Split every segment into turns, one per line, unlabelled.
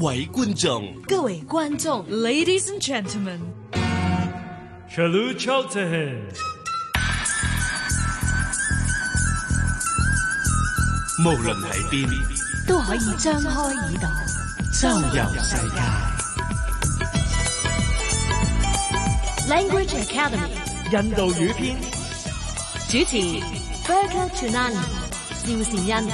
位觀眾，
各位觀眾，Ladies and Gentlemen，
Chalu Cheltenham.
無論喺邊，
都可以張開耳朵，
周遊世界。
Language Academy
印度語篇
主持 Berger Tunani 趙善恩，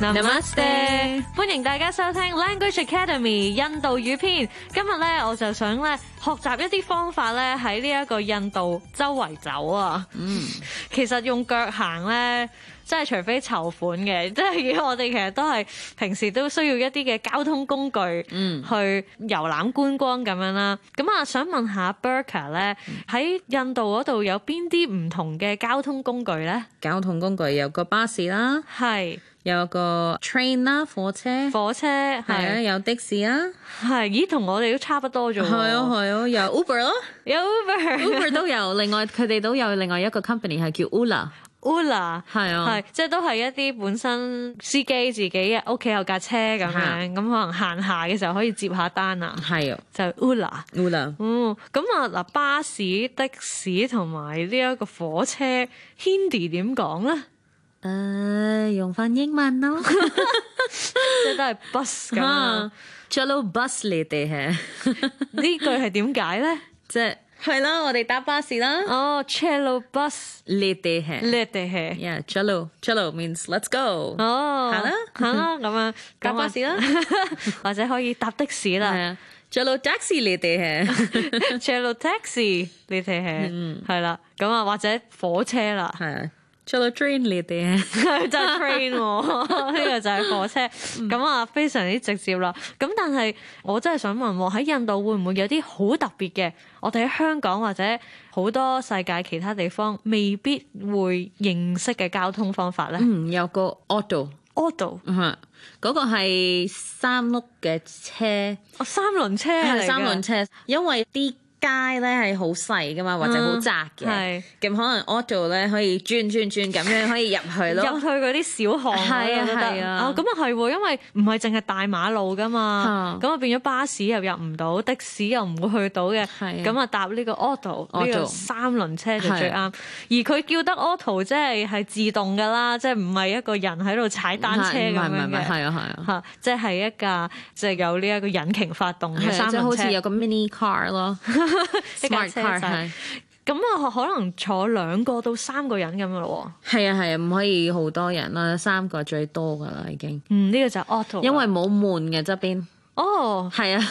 Namaste，歡迎大家收聽 Language Academy 印度語篇。今日咧，我就想咧學習一啲方法咧喺呢一個印度周圍走啊。嗯， 其實用腳行咧，真係除非籌款嘅， 即係如果我哋其實都係平時都需要一啲嘅交通工具，嗯，去遊覽觀光咁樣啦。咁啊，想問下 Berker 咧，喺印度嗰度有邊啲唔同嘅交通工具咧？
交通工具有個巴士啦，
係
有個 train 啦，火車，
火車，
係啊，
係
有的士啊，
係，咦，同我哋都差不多啫
係
喎。
啊係啊，有 Uber 咯
有 Uber、
，Uber 都有，另外佢哋都有另外一個 company 係叫 Ula，
Ola，
係啊，
係即係都係一啲本身司機自己屋企有架車咁樣，咁
係啊
可能閒下嘅時候可以接下單啊，
係啊
就 Ola。
Ula，
哦，咁啊嗱，巴士、的士同埋呢一個火車 Hindi 點講咧？
誒用翻英文咯，
即係都係 bus 咁啊。
，Chalo bus 你哋 係，
呢句係點解咧？
即係係啦，我哋搭巴士啦，
哦 c h e l o bus
你哋係
l e t e h
，yeah，Chalo Chalo means let's go，
哦，
行啦
行啦，咁樣
搭巴士啦，
或者可以搭的士
係
啦。
啊，Chalo taxi 你 哋係。
斜路 taxi，你哋
嗯
係係啦，咁啊或者火車 啦，
係啊，坐到 train 你哋啊，
就 train 喎，呢個就係火車。
嗯
咁啊非常之直接啦。咁但係我真係想問喎，喺印度會唔會有啲好特別嘅？我哋喺香港或者好多世界其他地方未必會認識嘅交通方法咧
嗯，有個 auto，
？auto，
嗯，嗰個係三碌嘅車，
哦三輪車嚟㗎
係三輪車，因為啲街咧係好細噶嘛，或者好窄嘅
嗯係，
咁可能 auto 咧可以轉轉轉咁樣可以入去
入
咯，
去嗰啲小巷嗰
係啊
度都得
係啊
哦咁啊係喎，因為唔係淨係大馬路噶嘛，
嚇
咁啊變咗巴士又入唔到，的士又唔會去到嘅，
係啊
咁啊搭呢個 auto 呢
Auto 嗯
個三輪車就
係
最啱。而佢叫得 auto 即係係自動噶啦，即係唔係一個人喺度踩單車
係
咁
唔係
樣
唔係唔係，
嘅。
係啊係啊。
嚇，即係一架即係有呢一個引擎發動嘅
係
三
啊即係好
輪車
似，有個 mini car 咯
架
，smart
車
car
仔
係
咁啊可能坐兩個到三個人咁嘅咯喎。
係啊係啊，唔可以好多人啦，三個最多噶啦已經，
嗯，呢個就係 auto 啦。
因為冇門嘅側邊。
哦，
係啊，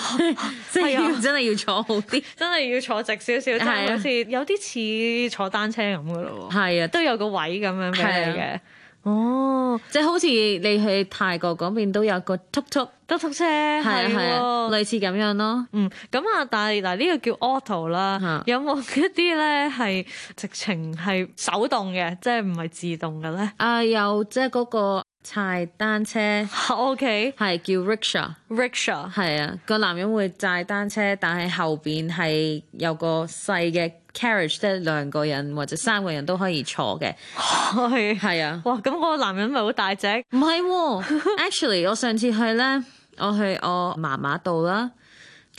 即係
係
要
啊
真係要坐好啲。
真係要坐直少少，即係
係
好
啊
似有啲似坐單車咁噶咯喎，
係啊，都
都有個位咁樣俾你
係啊
嘅。哦，
即係好似你去泰國嗰邊都有個 tuk tuk，
嘟嘟車
係啊
係
係啊，
喎。
類似咁樣咯。
嗯，咁啊，但係嗱呢個叫 auto 啦
嚇，
有冇一啲咧係直情係手動嘅，即係唔係自動嘅 咧
啊，有即係嗰個踩單車
？O K，
係叫 rickshaw，
rickshaw，
係啊，個男人會踩單車，但係後邊係有個細嘅 carriage，即係兩個人或者三個人都可以坐嘅。
係，
係啊，
哇！咁嗰個男人咪好大隻，
唔係 喎，actually 我上次去咧，我去我嫲嫲度啦，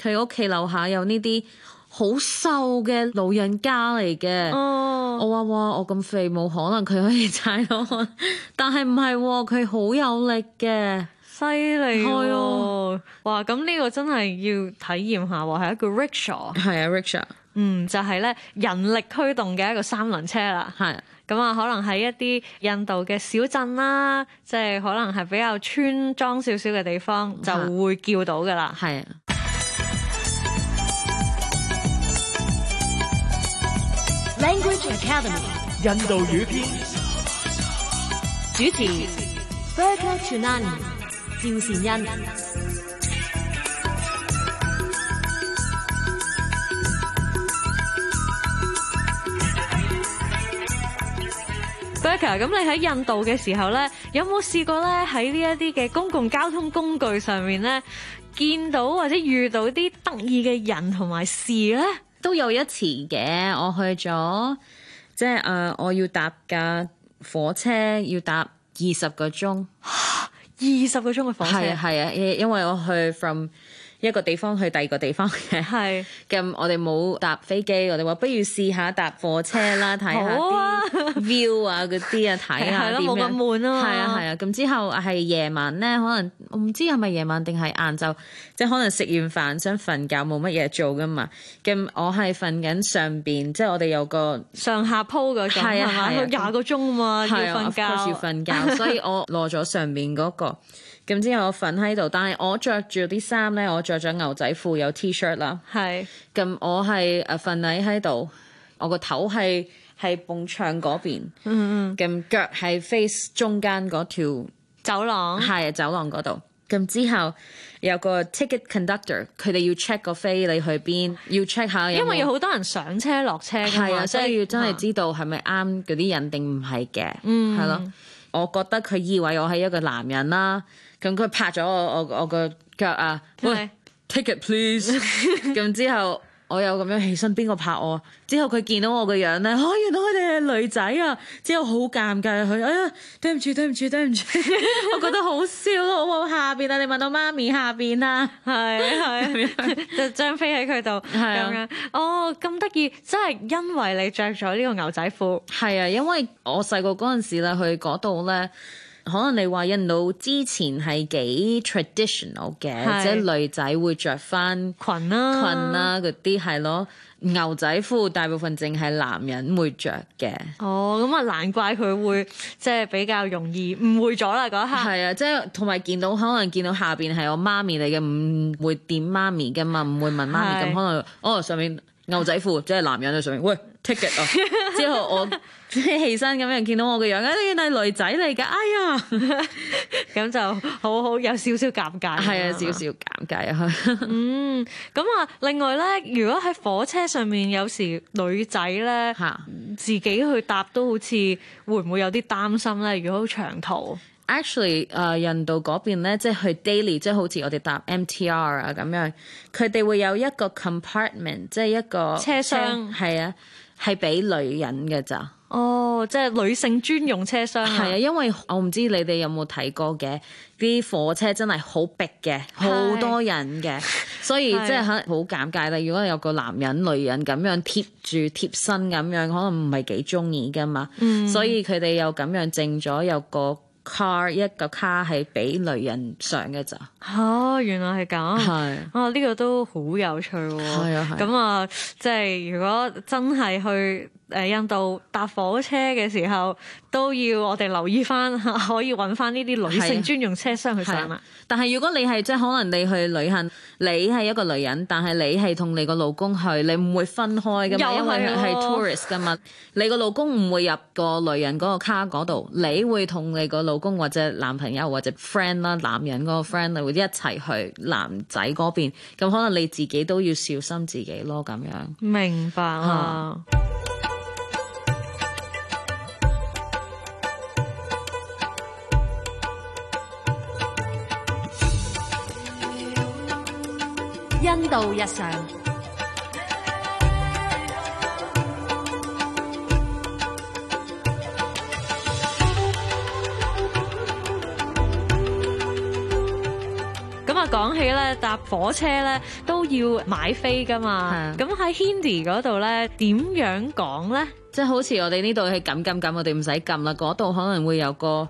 佢屋企樓下有呢啲好瘦嘅老人家嚟嘅。
哦，
我話哇，我咁肥冇可能佢可以踩到我，但係唔係喎，佢好有力嘅，
犀利
係
喎
啊！
哇，咁呢個真係要體驗下喎，係一個 rickshaw。
係啊，Rickshaw
嗯，就係咧人力驅動嘅一個三輪車啦。
係啊
咁啊，可能喺一啲印度嘅小鎮啦，即係可能係比較村莊少少嘅地方，
啊
就會叫到噶啦。
係啊，
Language Academy
印度語篇
主持 Berger Tunani 趙善恩，
Berker，咁你喺印度嘅時候咧，有冇試過咧喺呢一啲嘅公共交通工具上面咧，見到或者遇到啲得意嘅人同埋事咧？
都有一次嘅，我去咗即係誒、呃我要搭架火車要搭二十個鐘，
二十個鐘嘅火車，
係啊係啊，因因為我去 from 一個地方去第二個地方嘅，
係
咁我哋冇搭飛機，我哋話不如試下搭火車啦，睇下
好啊
啲 view 啊嗰啲啊，睇下
係
點
咯冇咁
樣。
悶啊嘛
係啊係啊，咁之後係夜晚咧，可能我唔知係咪夜晚定係晏晝，即係可能食完飯想瞓覺冇乜嘢做噶嘛，咁我係瞓緊上邊，即係我哋有個
上下鋪嗰種
係
係
啊
嘛？
係啊
佢廿個鐘啊嘛，要
係啊
瞓覺，
of course 要 瞓覺，所以我攞咗上面嗰、個，咁之後我瞓喺度，但係我着住啲衫咧，我着咗牛仔褲有 T-shirt 啦，
係
咁我係誒瞓喺喺度，我個頭係係埲牆嗰邊，
嗯嗯
咁腳係 face 中間嗰條
走廊
係啊走廊嗰度。咁之後有個 ticket conductor，佢哋要 check 個飛你去邊，要 check 下有冇
因為有好多人上車落車㗎
係
嘛，
啊，
即
所
係
以要真係
啊
知道係咪啱嗰啲人定唔係嘅，
嗯
係咯。我覺得佢以為我係一個男人啦，咁佢拍咗我我我個腳啊，喂
係
，ticket please，咁之後。我有咁樣起身，邊個拍我？之後佢見到我個樣咧，哦，原來佢哋係女仔啊！之後好尷尬，佢哎呀，對唔住，對唔住，對唔住， 我覺得好笑咯，我話下邊啊，你問到媽咪下邊啊，
係係， 就張飛喺佢度
係啊
咁樣。哦，咁得意，真係因為你着咗呢個牛仔褲，
係啊，因為我細個嗰陣時咧，去嗰度咧，可能你話印度之前係幾 traditional 嘅，
係
即係女仔會着翻
裙啊啦、
裙啊啦嗰啲係咯，牛仔褲大部分淨係男人會着嘅。
哦，咁啊，難怪佢會即係比較容易誤會咗啦嗰一刻。
係啊，即係同埋見到可能見到下邊係我哦媽咪嚟嘅，唔會點媽咪嘅嘛，唔會問媽咪咁
係
可能哦上面牛仔褲即係男人喺上面，喂 ticket 啊！之後我即係起身咁樣見到我個樣，哎原來係女仔嚟㗎，哎呀！
咁就好好有少少尷尬。
係啊，少。少尷尬啊。
嗯，咁啊，另外咧，如果喺火車上面，有時女仔咧
嚇
自己去搭都好似會唔會有啲擔心咧？如果好長途，
Actually，誒、印度嗰邊咧，即係去 daily，即係好似我哋搭 MTR 啊咁樣，佢哋會有一個 compartment，即係一個
車廂
車，係啊，係俾女人嘅咋。
哦，即係女性專用車廂啊。
係啊，因為我唔知你哋有冇睇過嘅，啲火車真係好逼嘅，好多 人嘅，所以
係
即係可能好尷尬啦。如果有個男人、女人咁樣貼住貼身咁樣，可能唔係幾中意噶嘛。
嗯
所以佢哋又咁樣整咗有個 car 一個 car 係俾女人上嘅咋。
哦，原來係咁。
係
啊，呢、個都好有趣喎。
係啊係啊
咁啊，即係如果真係去誒印度搭火車嘅時候，都要我哋留意翻，可以揾翻呢啲女
係啊
性專用車廂去上
係啊
啦。，
但係如果你係即係可能你去旅行，你係一個女人，但係你係同你個老公去，你唔會分開噶
又
嘛，
係
因為
喎
係 tourist 噶嘛，你個老公唔會入個女人嗰個卡嗰度，你會同你個老公或者男朋友或者 friend 啦，男人嗰個 friend 你會一齊去男仔嗰邊，咁可能你自己都要小心自己咯，咁樣。
明白啊啦。
啊
印度日常。
咁啊，講起咧搭火車咧都要買飛噶嘛。
係啊
咁喺 Hindi 嗰度咧點樣講咧？
即係好似我哋呢度係撳撳撳，我哋唔使撳啦。嗰度可能會有個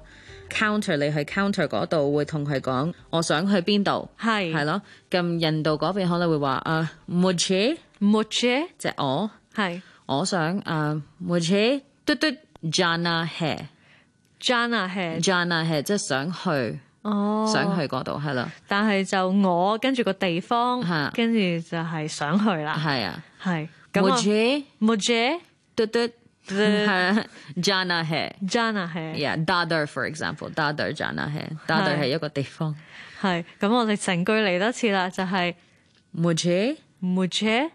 counter，你去 counter 嗰度會同佢講，我想去邊度，
係
係咯。咁印度嗰邊可能會話啊 m u c h
m u c h
即係我，
係
我想啊 m u c h 嘟嘟 jana hai，jana
Jana h
hai 即係想去，
哦，
想去嗰度係啦，
但係就我跟住個地方
嚇，
跟住就係想去啦，
係啊
係
m
咁
u
啊
c h
冇啫
嘟嘟 係啊 jana hai。
，Jana 啊係
Yeah, Dadar for example, Dadar Jana hai，Dadar 係一個地方。
係咁，我哋成句嚟多次啦，就係
m u c h
冇啫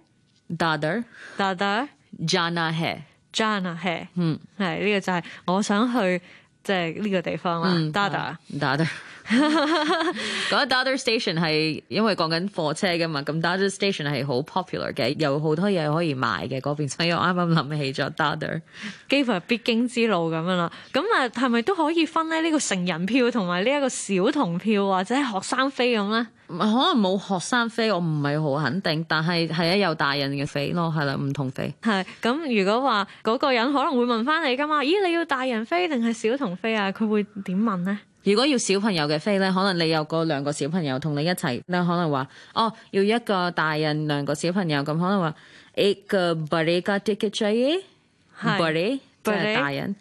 Dadar。
大大
Jana 係
Jana 啊係，
嗯
係呢個就係我想去即係呢個地方啦
嗯
，Dada。
打得。 講緊 Dada Station 係因為講緊貨車噶嘛，咁 Dada Station 係好 popular 嘅，有好多嘢可以買嘅嗰邊，所以我啱啱諗起咗 Dada。
幾乎係必經之路咁樣啦。咁啊，係咪都可以分咧呢個成人票同埋呢一個小童票或者係學生飛咁咧？
可能冇學生飛，我唔係好肯定，但係係啊有大人嘅飛咯，係啦，唔同飛。
係咁，如果話嗰個人可能會問翻你噶嘛？咦，你要大人飛定係小童飛啊？佢會點問咧？
如果要小朋友嘅飛呢，可能你有個兩個小朋友同你一齊，你可能話哦要一個大人兩個小朋友咁，可能話 eight 個 b a r e g a ticket jaye b a r e 即係
Bari
大人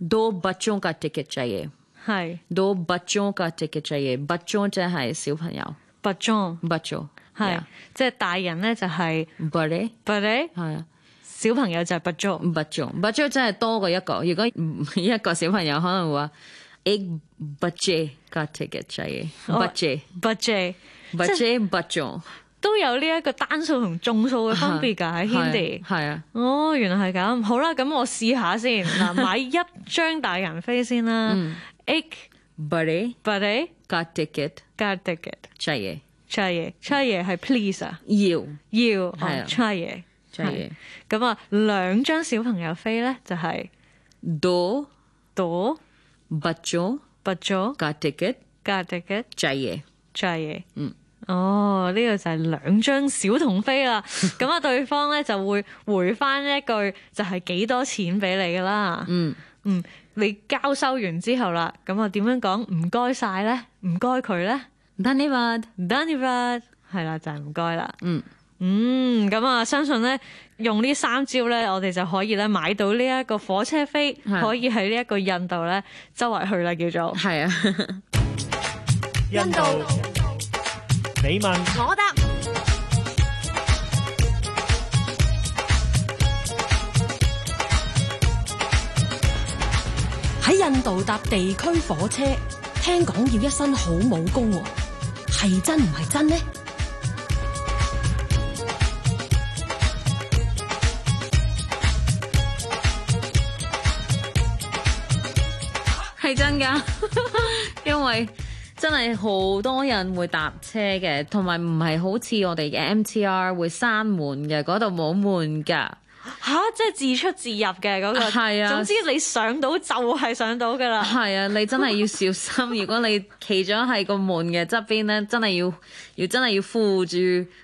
，do bachon ka ticket jaye
係
do bachon ka ticket jaye bachon 即係小朋友
b a j o n
bachon
係即係大人咧就係
b a r e
b a j
係啊。
小朋友就係 b a j o n
唔不足，不足真係多過一個。如果唔 一個小朋友可能會話 eight budget got ticket 仔嘅
哦
budget
b a j 即
budget 不足
都有呢一個單數同眾數嘅分別㗎喺 Hindi。
係啊。
哦，原來係咁。好啦，咁我試下 先。嗱，買一張大人飛先啦。Ik
嗯 budget
buddy
got ticket
got ticket。
仔嘅
Chai 嘢，Chai 嘢係 please 啊，
要
要
係
哦
啊
Chai 嘢。
仔嘅
咁啊，兩張小朋友飛咧就係
do
do
budget
but jo
got ticket
got ticket
仔嘅
Chai 嘢。
嗯。
哦，呢個就係兩張小童飛 啦。咁啊，對方咧就會回翻一句就係幾多錢俾你㗎啦。
嗯
嗯，你交收完之後啦，咁啊點樣講唔該晒咧？唔該佢咧
d a n i v
d a n i v a 係啦，就係唔該啦。
嗯
嗯，咁啊，相信咧用呢三招咧，我哋就可以咧買到呢一個火車飛，
係
可以喺呢一個印度咧周圍去啦，叫做。
係 啊。
印度，你問
我答。
喺印度搭地區火車，聽講要一身好武功喎，係真唔係真呢？
係真 㗎，因為真係好多人會搭車嘅，同埋唔係好似我哋嘅 MTR 會閂門嘅，嗰度冇門㗎。
吓、即係自出自入嘅嗰、個。
係啊
總之你上到就係上到㗎啦。
係啊，你真係要小心。如果你企咗喺個門嘅側邊咧，真係要要真係要扶住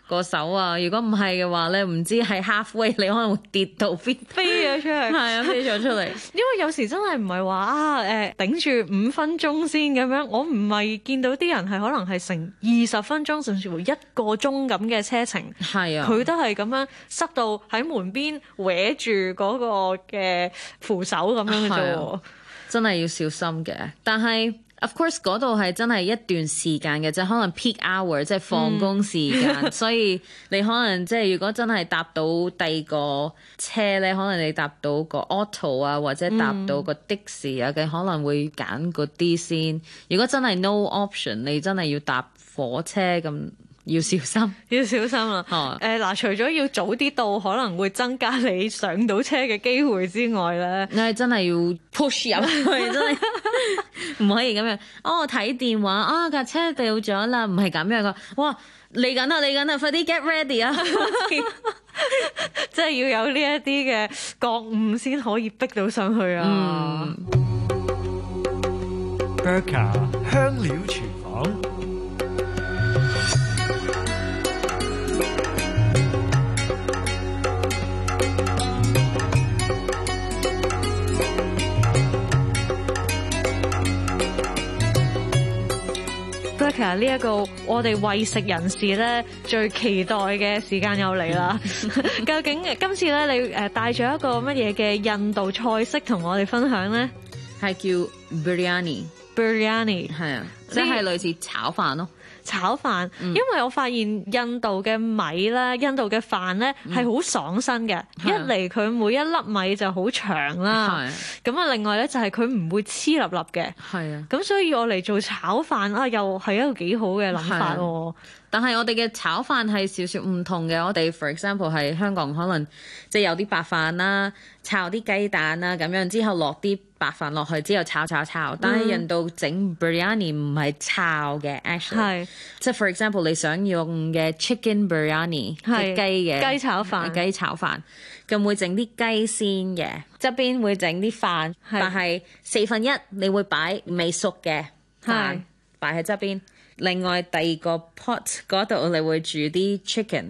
個手啊！如果唔係嘅話咧，唔知係 halfway 你可能會跌到邊。
飛咗出去，
係啊，飛咗出嚟。
因為有時真係唔係話啊誒頂住五分鐘先咁樣，我唔係見到啲人係可能係成二十分鐘甚至乎一個鐘咁嘅車程，
係啊，
佢都係咁樣塞到喺門邊搲住嗰個嘅扶手咁樣嘅啫
係
喎
啊。真係要小心嘅。但係 of course 嗰度係真係一段時間嘅啫，可能 peak hour 即係放工時間，所以你可能即係如果真係搭到第二個車咧，可能你搭到個 auto 啊，或者搭到個的士啊嘅，可能會揀嗰啲先。如果真係 no option，你真係要搭火車咁，要小心。
要小心啦！
哦
誒嗱，除咗要早啲到，可能會增加你上到車嘅機會之外咧，
你係真係要 push 入 去，真係唔可以咁樣。哦，睇電話啊，架車到咗啦，唔係咁樣噶。哇，嚟緊啊啦，嚟緊啦，快啲 get ready 啊！
即係要有呢一啲嘅覺悟先可以逼到上去
嗯
啊！
Burka 香料廚房。
不過其實呢一個我哋餵食人士咧最期待嘅時間又嚟 啦。究竟今次咧你誒帶咗一個乜嘢嘅印度菜式同我哋分享咧
係叫 biryani，
？Biryani
係啊，即係類似炒飯咯。
炒飯，
嗯
因為我發現印度嘅米咧，印度嘅飯咧係好爽身嘅。一
嗯係啊
嚟佢每一粒米就好長啦，
係
咁啊另外咧就係佢唔會黐粒粒嘅。
係啊，
咁所以我嚟做炒飯啊，又係一個幾好嘅諗法
係
喎。
但係我哋嘅炒飯係少少唔同嘅。我哋 for example 係香港可能即係有啲白飯啦，炒啲雞蛋啦，咁樣之後落啲白飯落去之後炒炒炒。但係印度整 biryani 唔係炒嘅，actually
係
即係 for example 你想用嘅 chicken biryani
係
係雞嘅
雞炒飯
雞炒飯，咁會整啲雞先嘅，側邊會整啲飯，但係四分一你會擺未熟嘅
係
飯擺喺側邊。另外第二個 pot 嗰度你會煮啲 chicken，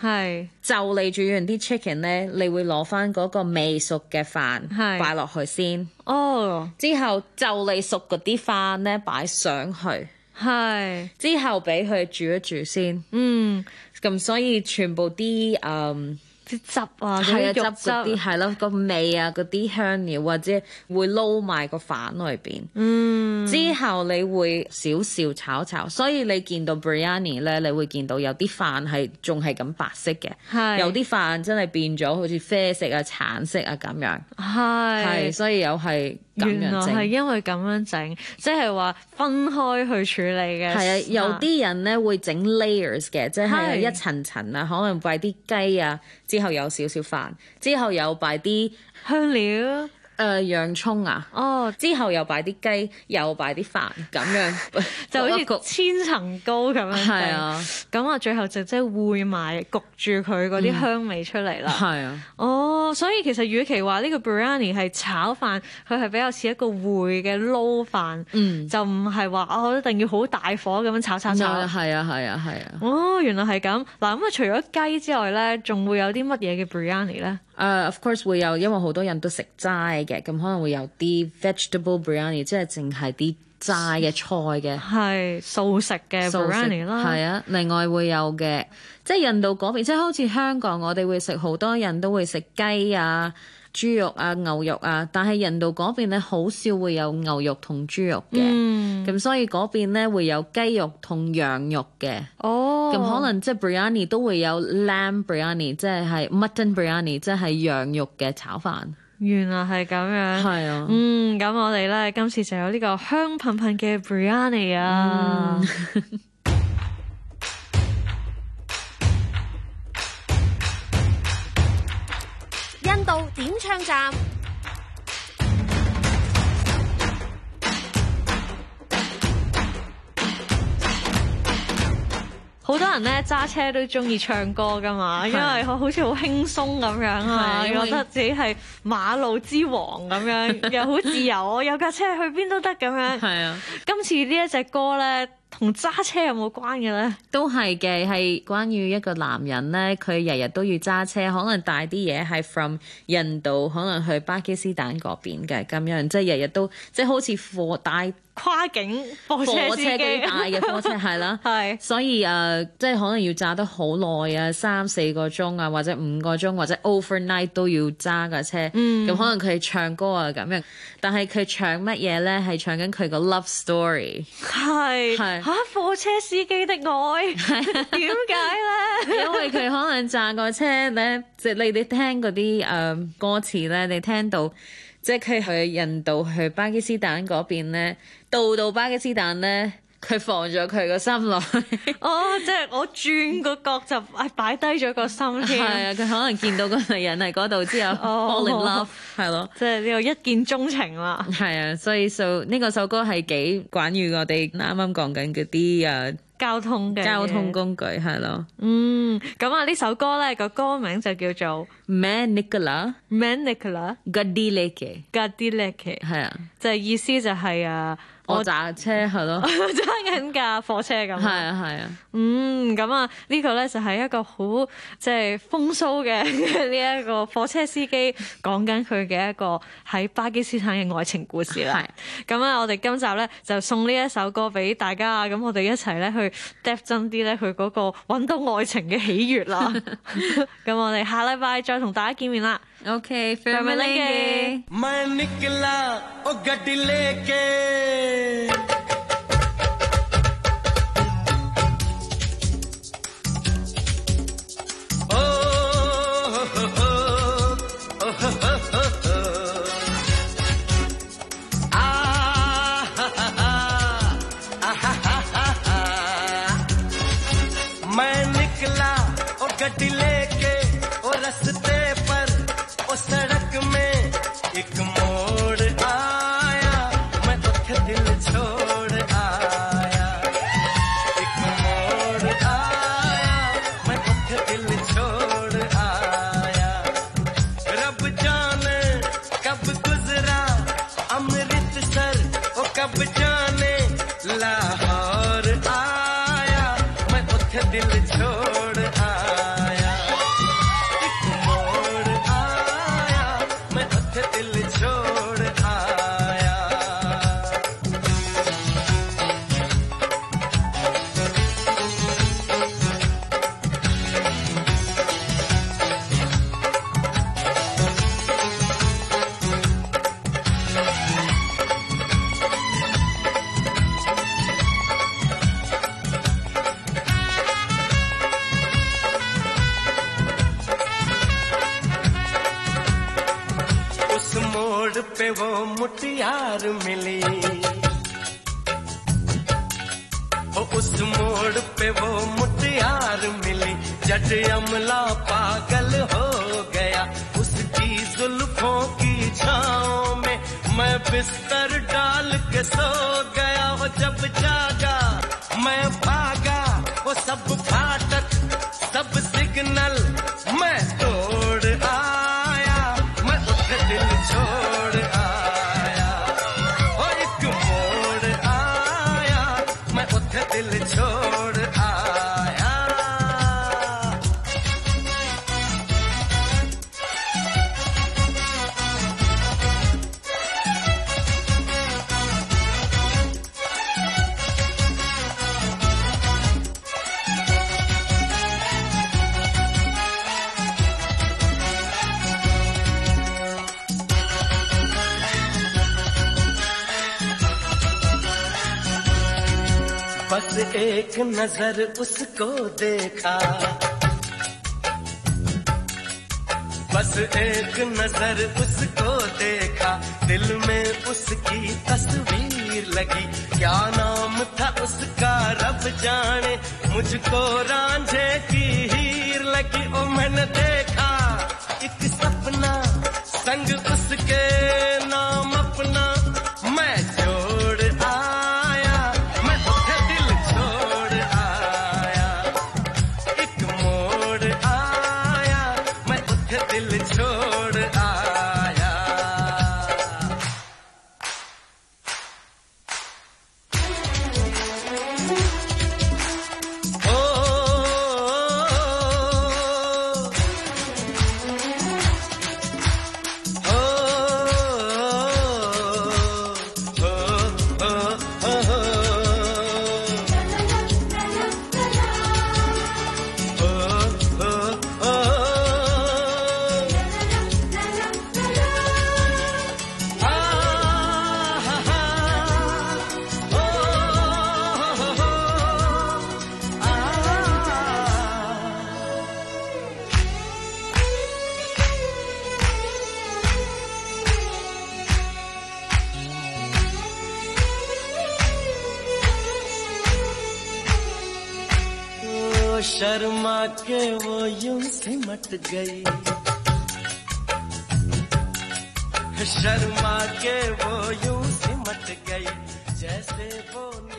係
就你煮完啲 chicken 咧，你會攞翻嗰個未熟嘅飯
係
擺落去先，
哦，
之後就你熟嗰啲飯咧擺上去，
係
之後俾佢煮一煮先。
嗯
咁所以全部啲誒
啲汁啊，
係
嗰
啊汁
啲肉
嗰啲
汁，
係咯個味啊嗰啲香料或者會撈埋個飯裏邊，
嗯
之後你會少少炒炒，所以你見到 biryani 咧，你會見到有啲飯係仲係咁白色嘅，
係
有啲飯真係變咗好似啡色啊橙色啊咁樣，係
係。
所以又係咁
原來
樣
係
整。
因為咁樣整，即係話分開去處理嘅。
係啊，有啲人咧會整 layers 嘅，即
係
係一層層啊，可能擺啲雞啊，之後有少少飯，之後又擺啲
香料，
誒洋葱啊，
哦，
之後又擺啲雞，又擺啲飯咁 樣，
就好
焗一焗
似千層糕咁樣整。
係啊，
咁啊，最後就即係煨埋焗住佢嗰啲香味出嚟啦。
嗯係啊，
哦，所以其實與其話呢個 biryani 係炒飯，佢係比較似一個煨嘅撈飯，
嗯，
就唔係話哦一定要好大火咁樣炒炒
係
炒。
啊，係啊，係啊，係啊。
哦，原來係咁。嗱咁啊，除咗雞之外咧，仲會有啲乜嘢嘅 biryani 咧？
誒、of 呃 course 會有，因為好多人都食齋嘅，咁可能會有啲 vegetable biryani，即係淨係啲齋嘅菜嘅。
係素食嘅
素食
biryani 啦，
係啊，另外會有嘅，即係印度嗰邊，即係好似香港，我哋會食好多人都會食雞啊、豬肉啊、牛肉啊，但係印度嗰邊咧好少會有牛肉同豬肉嘅。
嗯，
咁所以嗰邊咧會有雞肉同羊肉嘅，
哦，
咁、可能即係 biryani 都會有 lamb biryani，即係係 mutton biryani，即係羊肉嘅炒飯。
原來係咁樣，
係啊
嗯，咁我哋咧今次就有呢個香噴噴嘅 biryani 啊，
嗯
印度點唱站，
好多人咧揸車都中意唱歌噶 嘛，因為好好似好輕鬆咁樣啊，
係因為
覺得自己係馬路之王咁 樣，又好自由，我有架車去邊都得咁樣。
係啊，
今次呢一隻歌咧，同揸車有冇關嘅咧？
都係嘅，係關於一個男人咧，佢日日都要揸車，可能帶啲嘢係 from 印度，可能去巴基斯坦嗰邊嘅咁樣，即係日日都即係好似貨帶
跨境 貨車
貨
司
車幾
機
大嘅貨車係啦。
係
所以誒、呃即係可能要揸得好耐啊，三四個鐘啊，或者五個鐘，或者 overnight 都要揸架車。咁、
嗯
可能佢唱歌啊咁樣，但係佢唱乜嘢咧？係唱緊佢個 love story，
係
係
嚇貨車司機的愛，點解咧？
因為佢可能揸個車咧，即係你哋聽嗰啲誒歌詞咧，你聽到。即係佢去印度、去巴基斯坦嗰邊咧，到到巴基斯坦咧，佢放咗佢個心落去。
哦，即係我轉個角就唉擺低咗個心
係
添，
啊，佢可能見到個女人喺嗰度之後
哦
fall in love，係咯。
即係呢個一見鐘情啦。
係啊，所以就呢個首歌係幾關於我哋啱啱講緊嗰啲
交通嘅
誒交通。工具係咯。
嗯，咁啊呢首歌咧個歌名就叫做
Man Nicola
Manicla
Gadi Leke
g a d i l e k
係啊，
就係意思就係啊，
我
我
揸車係咯，
揸緊架貨車咁
係
啊。
啊係啊，
嗯，咁啊，呢個咧就係一個好即係風騷嘅 呢一個貨車司機講緊佢嘅一個喺巴基斯坦嘅愛情故事啦。咁啊，我哋今集咧就送呢一首歌俾大家啊，咁我哋一齊咧去 depth 真啲咧佢嗰個揾到愛情嘅喜悅啦。咁我哋下禮拜再同大家見面啦。
OK，Family
Family
Leke。
मैं निकला ओ गड्डी लेके ओ, हो, हो, हो, ओ, हो, हो, हो, हो। आ, हा, हा, हा, आ, हा, हा, हा, हा। मोड़ पे वो मुटियार मिली ओ उस मोड़ पे वो मुटियार मिली जट अमला पागल हो गया उसकी जुल्फों की छाओं में मैं बिस्तर डाल के सो गया वो जब जागा मैं भागा वो सब फाटक सब सिग्नल मैं तोड़ आया मैं उसे दिल छोड़ आया और एक मोड़ आया मैं उसे दिल छोड़ आया बस एक नजर उसको देखा बस एक नजर उसको देखा दिल में उसकी तस्वीर लगी क्या नाम था उसका रब जाने मुझको रांझे की हीर लगी ओ मैंने देखा एक सपना संग उसके नाम अपना मैं छोड़ आया मैं उसे दिल छोड़ आया एक मोड़ आया मैं उठ दिल छोड़ आया ओ, ओ, ओ, ओ, ओ, ओ, ओ, ओ, ओ, शर्मा के वो यूं सिमट गई शर्मा के वो यूं सिमट गई जैसे वो